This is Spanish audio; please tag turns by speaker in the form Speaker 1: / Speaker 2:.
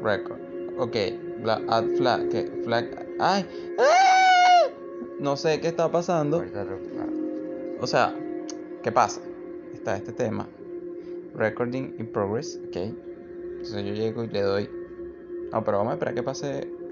Speaker 1: record. Ok, black at flag, que flag. ¡Ay! ¡Ah! No sé qué está pasando.
Speaker 2: Ahorita re-
Speaker 1: O sea, ¿qué pasa? Está este tema. Recording in progress, ok. Entonces yo llego y le doy. No, pero vamos a esperar que pase